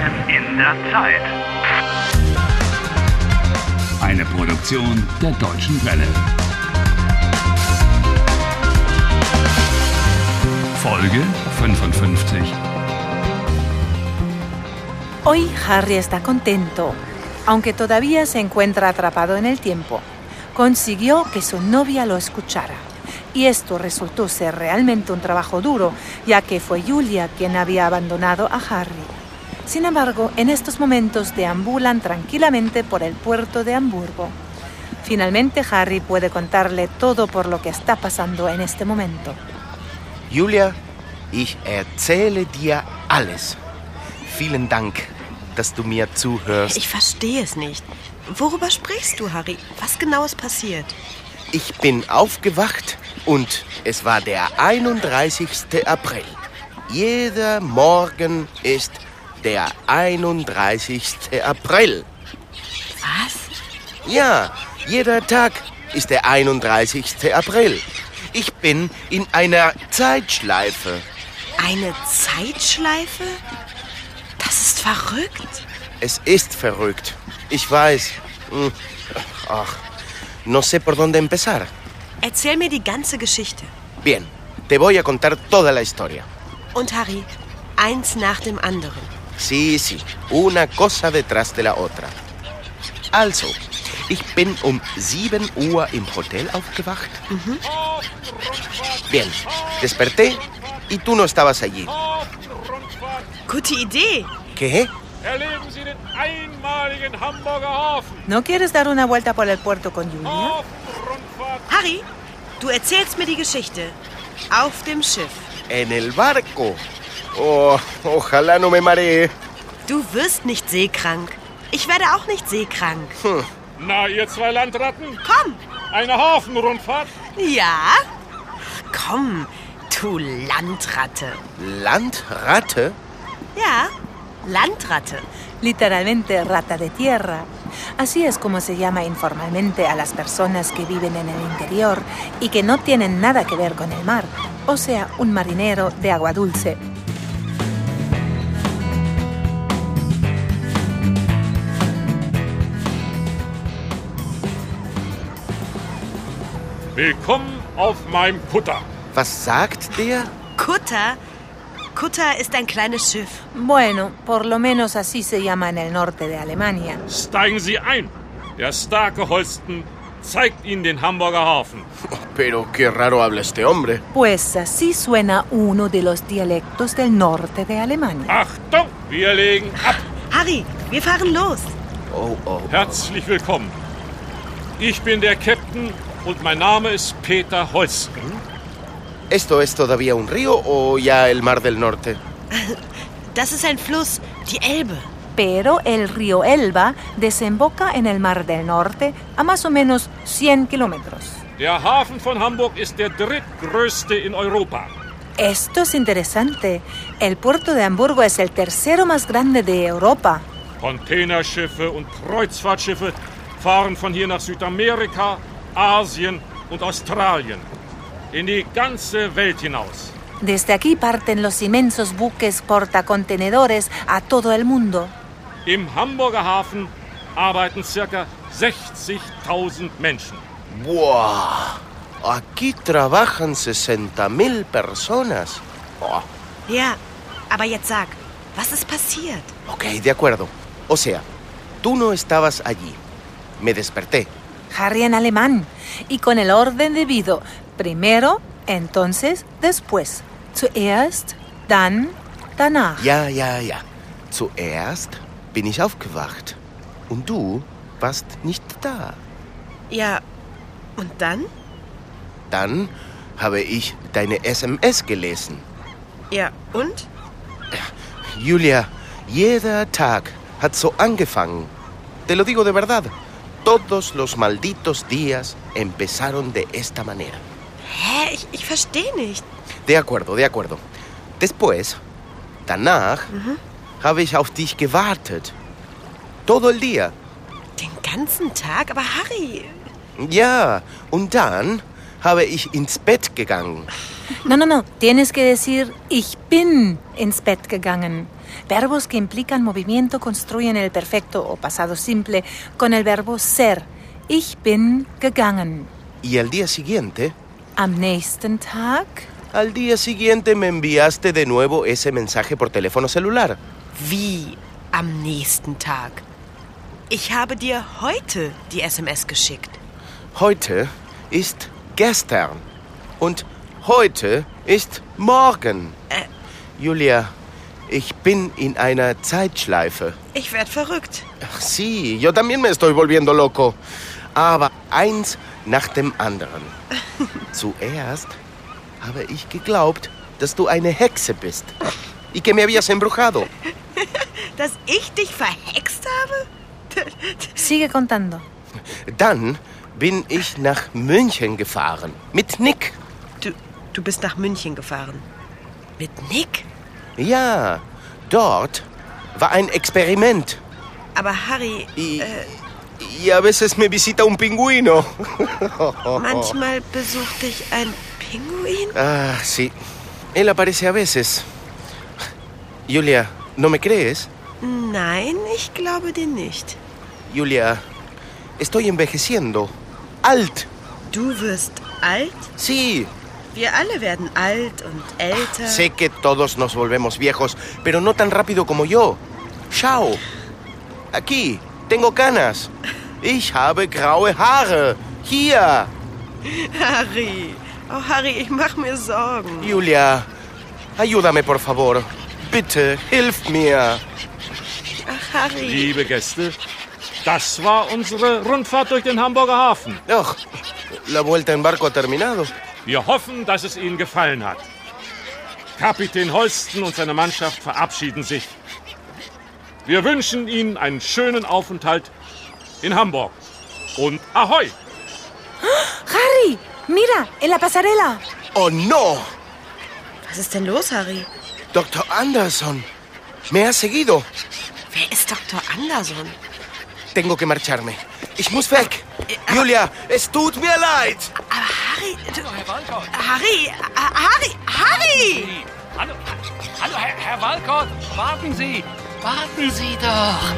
der Zeit. Eine Produktion der Deutschen Welle. Folge 55. Hoy Harry está contento, aunque todavía se encuentra atrapado en el tiempo. Consiguió que su novia lo escuchara. Y esto resultó ser realmente un trabajo duro, ya que fue Julia quien había abandonado a Harry. Sin embargo, en estos momentos deambulan tranquilamente por el puerto de Hamburgo. Finalmente Harry puede contarle todo por lo que está pasando en este momento. Julia, ich erzähle dir alles. Vielen Dank, dass du mir zuhörst. Ich verstehe es nicht. Worüber sprichst du, Harry? Was genau ist passiert? Ich bin aufgewacht und es war der 31. April. Jeder Morgen ist der 31. April. Was? Ja, jeder Tag ist der 31. April. Ich bin in einer Zeitschleife. Eine Zeitschleife? Das ist verrückt. Es ist verrückt. Ich weiß. Hm. Ach, no sé por dónde empezar. Erzähl mir die ganze Geschichte. Bien, te voy a contar toda la historia. Und Harry, eins nach dem anderen. Sí, sí, una cosa detrás de la otra. Also, ich bin um 7 Uhr im Hotel aufgewacht. Bien, desperté y tú no estabas allí. Gute Idee. ¿Qué? Erleben Sie den einmaligen Hamburger Hafen. ¿No quieres dar una vuelta por el puerto con Julia? Auf Rundfahrt. Harry, du erzählst mir die Geschichte. Auf dem Schiff. En el barco. Oh, ojalá no me mareé. Du wirst nicht seekrank. Ich werde auch nicht seekrank. Na, ihr zwei Landratten, Komm. eine Hafenrundfahrt. Ja? Komm, du Landratte. Landratte? Ja, Landratte. Literalmente rata de tierra. Así es como se llama informalmente a las personas que viven en el interior y que no tienen nada que ver con el mar, o sea, un marinero de agua dulce. Willkommen auf meinem Kutter. Was sagt der? Kutter? Kutter ist ein kleines Schiff. Bueno, por lo menos así se llama en el norte de Alemania. Steigen Sie ein. Der starke Holsten zeigt Ihnen den Hamburger Hafen. Pero qué raro habla este hombre. Pues así suena uno de los dialectos del norte de Alemania. Achtung, wir legen ab. Harry, wir fahren los. Oh, oh. Herzlich willkommen. Ich bin der Captain und mein Name ist Peter Holsten. ¿Esto es todavía un río o ya el Mar del Norte? Das ist ein Fluss, die Elbe. Pero el río Elba desemboca en el Mar del Norte a más o menos 100 kilómetros. Der Hafen von Hamburg ist der drittgrößte in Europa. Esto es interesante. El puerto de Hamburgo es el tercero más grande de Europa. Containerschiffe und Kreuzfahrtschiffe fahren von hier nach Südamerika, Asien und Australien. In die ganze Welt hinaus. Desde aquí parten los inmensos buques portacontenedores a todo el mundo. Im Hamburger Hafen arbeiten circa 60.000 Menschen. ¡Buah! Aquí trabajan 60.000 personas. Oh, Ja, aber jetzt sag, was ist passiert? ok, de acuerdo. O sea, tú no estabas allí. Me desperté. Harry en alemán y con el orden debido. Primero, entonces, después. Zuerst, dann, danach. Ja, ja, ja. Zuerst bin ich aufgewacht. Und du warst nicht da. Ja, und dann? Dann habe ich deine SMS gelesen. Ja, und? Julia, jeder Tag hat so angefangen. Te lo digo de verdad. Todos los malditos días empezaron de esta manera. Hä, ich, ich verstehe nicht. De acuerdo, de acuerdo. Después, danach, habe ich auf dich gewartet. Todo el día. Den ganzen Tag, aber Harry. Ja, und dann habe ich ins Bett gegangen. No, no, no. Tienes que decir ich bin ins Bett gegangen. Verbos que implican movimiento construyen el perfecto o pasado simple con el verbo ser. Ich bin gegangen. Y al día siguiente, Am nächsten Tag. al día siguiente me enviaste de nuevo ese mensaje por teléfono celular. Wie am nächsten Tag? Ich habe dir heute die SMS geschickt. Heute ist gestern und heute ist morgen. Julia, ich bin in einer Zeitschleife. Ich werde verrückt. Ach, sí, yo también me estoy volviendo loco. Aber eins nach dem anderen. Zuerst habe ich geglaubt, dass du eine Hexe bist y que me habías embrujado. Dass ich dich verhext habe? Sigue contando. Dann bin ich nach München gefahren mit Nick. Du, du bist nach München gefahren. Mit Nick? Ja, dort war ein Experiment. Aber Harry, äh, Y, y a veces me visita un pingüino. manchmal besucht dich ein Pinguin? Ah, sí. Él aparece a veces. Julia, ¿no me crees? Nein, ich glaube dir nicht. Julia, estoy envejeciendo. Alt. Du wirst alt? Sí. Wir alle werden alt und älter. Sé que todos nos volvemos viejos, pero no tan rápido como yo. Schau. Aquí, tengo canas. Ich habe graue Haare. Hier. Harry. Oh, Harry, ich mach mir Sorgen. Julia, ayúdame por favor. Bitte, hilf mir. Ach, Harry. Liebe Gäste, das war unsere Rundfahrt durch den Hamburger Hafen. Ugh, Oh, la vuelta en barco ha terminado. Wir hoffen, dass es Ihnen gefallen hat. Kapitän Holsten und seine Mannschaft verabschieden sich. Wir wünschen Ihnen einen schönen Aufenthalt in Hamburg. Und Ahoi! Harry, mira, en la pasarela. ¡Oh, no! Was ist denn los, Harry? Doctor Anderson, me ha seguido. Wer ist Dr. Anderson? Tengo que marcharme. Ich muss weg. Julia, es tut mir leid. Aber Harry, du, Harry, Ha- Harry, Harry! Hallo, hallo Herr, Herr Walcott, warten Sie, warten Sie doch.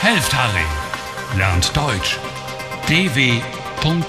Helft Harry. Lernt Deutsch. dw.com/harry.